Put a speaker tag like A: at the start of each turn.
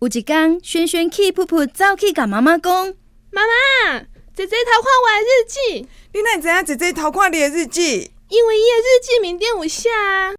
A: 有一天，轩轩气噗噗走去甲妈妈讲，
B: 妈妈，啊姐姐偷看我的日记，
C: 你哪会知影姐姐偷看你的日记？
B: 因为伊的日记面顶有写啊。